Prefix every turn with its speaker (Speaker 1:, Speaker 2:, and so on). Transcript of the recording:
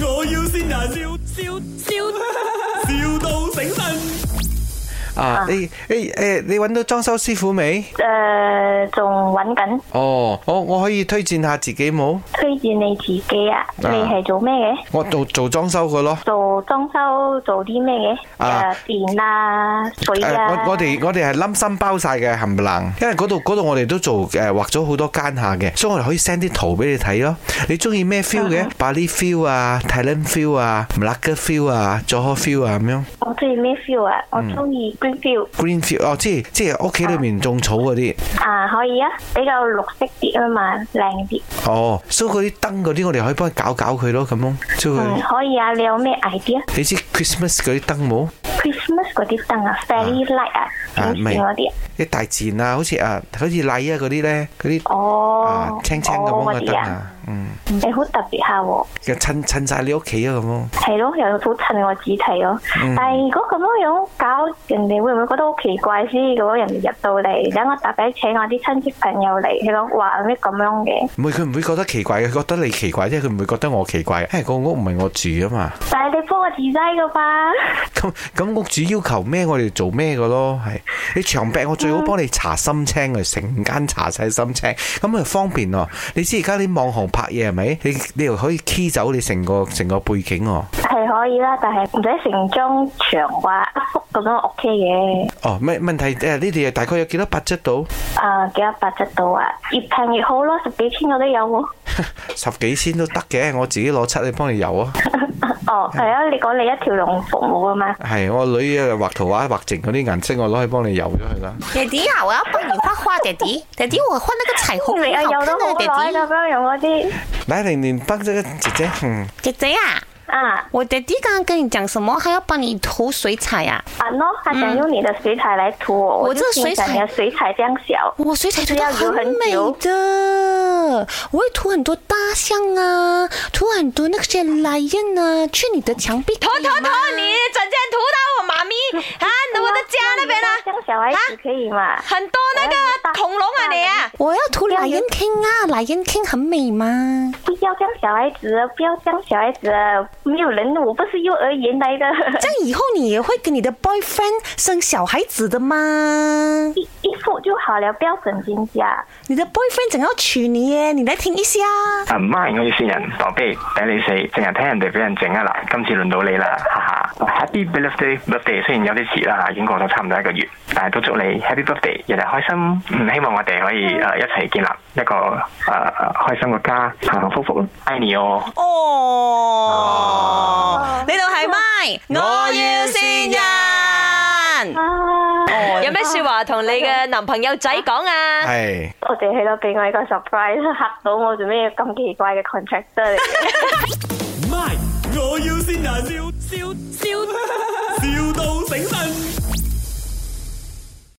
Speaker 1: 要先人，笑笑笑，,笑到醒神。
Speaker 2: 啊，
Speaker 3: 啊
Speaker 2: 你你诶，你揾到裝修師傅未？
Speaker 3: 诶，呃仲揾緊，
Speaker 2: 哦，我我可以推薦下自己冇？
Speaker 3: 推薦你自己啊！你係做咩嘅？
Speaker 2: 我做做裝修嘅咯。
Speaker 3: 做裝修做啲咩嘅？
Speaker 2: 啊
Speaker 3: 诶，電啊，水
Speaker 2: 誒
Speaker 3: 啊。
Speaker 2: 我我哋我哋係冧心包晒嘅冚唪唥，因為嗰度嗰度我哋都做誒畫咗好多間下嘅，所以我哋可以 send 啲圖俾你睇咯。你中意咩 feel 嘅？Bali feel 啊，Thailand feel 啊，Malacca feel 啊，Johor feel 啊咁樣。
Speaker 3: 我中意咩 feel 啊？
Speaker 2: 嗯
Speaker 3: 我中意 green feel
Speaker 2: Green feel 哦，即係即係屋企裏面種草嗰啲。
Speaker 3: 啊，可以啊，比較綠色啲啊嘛，靚啲。
Speaker 2: 哦，所以嗰啲燈嗰啲我哋可以幫佢搞搞佢咯，咁樣。所以
Speaker 3: 嗯，
Speaker 2: 佢
Speaker 3: 可以啊。你有咩 idea？Christmas
Speaker 2: 你知 Christmas 嗰啲燈冇？
Speaker 3: 嗰啲燈啊，fairy light 啊，
Speaker 2: 啊
Speaker 3: 閃
Speaker 2: 咪
Speaker 3: 閃嗰啲啊。
Speaker 2: 啲大自然啊，好似啊，好似禮啊嗰啲咧，嗰啲啊
Speaker 3: 哦，
Speaker 2: 青青咁樣
Speaker 3: 哦嗰
Speaker 2: 嘅
Speaker 3: 啲
Speaker 2: 燈
Speaker 3: 啊，
Speaker 2: 啊，嗯，
Speaker 3: 你好特別下喎。
Speaker 2: 嘅襯襯晒你屋企啊咁咯。
Speaker 3: 係咯，又好襯我主題咯。
Speaker 2: 嗯
Speaker 3: 但係如果咁樣樣搞，人哋會唔會覺得好奇怪先？咁樣人哋入到嚟，等我特別請我啲親戚朋友嚟，佢講話咩咁樣嘅。
Speaker 2: 唔會，佢唔會覺得奇怪嘅，覺得你奇怪啫，佢唔會覺得我奇怪。誒、個屋唔係我住啊嘛，
Speaker 3: 但係你幫我 design 噶 嘛？
Speaker 2: 咁咁屋主要求咩，我哋做咩嘅咯，係你長病，我最好幫你查心青嘅，成間查晒心青，咁咪方便咯。你知而家啲網紅拍嘢係咪？你你又可以 key 走你成個成個背景喎。
Speaker 3: 係可以啦，但係唔使成張牆畫一幅咁樣 OK 嘅。
Speaker 2: 哦，咩問題？誒、呢度大概有幾多 budget 到？
Speaker 3: 啊，幾多百質度啊？越平越好咯，十幾千我都有喎。
Speaker 2: 十幾千都得嘅，我自己攞出嚟幫你油啊。
Speaker 3: 哦，係啊，你講你一條龍服務啊嘛。
Speaker 2: 係我女啊畫圖畫畫剩嗰啲顏色，我攞去幫你油咗佢啦。
Speaker 4: 爹地啊，我要帮你画画，爹地，爹地，我画那个彩虹
Speaker 3: 你
Speaker 4: 很
Speaker 3: 啊，
Speaker 4: 好
Speaker 3: 有
Speaker 4: 看
Speaker 3: 都好耐
Speaker 4: 的，
Speaker 3: 咁樣用嗰啲
Speaker 2: 嚟零年北啫，姐姐，嗯。
Speaker 4: 爹地，爹地啊，
Speaker 3: 啊。
Speaker 4: 我爹地刚刚跟你讲什么？还要帮你涂水彩呀、
Speaker 3: 啊喏，他想用你的水彩来涂
Speaker 5: 嗯
Speaker 3: 我，
Speaker 4: 我
Speaker 3: 就
Speaker 4: 这
Speaker 3: 欣
Speaker 4: 水
Speaker 3: 赏
Speaker 4: 彩
Speaker 3: 你的水彩这样小。
Speaker 4: 我水彩涂的
Speaker 3: 是要留
Speaker 4: 很
Speaker 3: 很
Speaker 4: 美
Speaker 3: 久
Speaker 4: 的，我会涂很多大象啊，涂很多那些 lion 啊，去你的墙壁。
Speaker 5: 头头头，你整天涂到我妈咪啊，我的家那边呢、啊
Speaker 3: 这样小孩子可以嘛？
Speaker 5: 很多那个恐龙啊你啊，
Speaker 4: 我要涂
Speaker 3: 要留
Speaker 4: lion king 啊，lion king 很美吗？
Speaker 3: 不要这样小孩子，不要这样小孩子，没有人，我不是幼儿园来的。
Speaker 4: 这样以后你也会跟你的 boyfriend 生小孩子的吗？
Speaker 3: 一一副就好了，不要整金家。
Speaker 4: 你的 boyfriend 怎样娶你耶？你来听一下。
Speaker 6: 啊，唔係，我要線人，躲避，抵你死，淨係聽人哋俾人整啊啦，今次輪到你啦，哈哈！Happy birthday birthday，雖然有啲遲啦，已經過咗差唔多一個月，但係都祝你 Happy birthday，日日開心。嗯，希望我哋可以誒、呃一齊建立一個誒、呃、開心嘅家，幸幸福福咯，愛你哦！
Speaker 5: 哦，呢度系咪？我要先人。
Speaker 3: 啊，
Speaker 5: 有咩说话同你嘅男朋友仔讲啊？
Speaker 2: 系
Speaker 3: 我哋去到俾我一個 surprise，嚇到我做咩咁奇怪嘅 contractor 嚟嘅。
Speaker 1: My，我要先人，笑笑笑，,笑到醒神。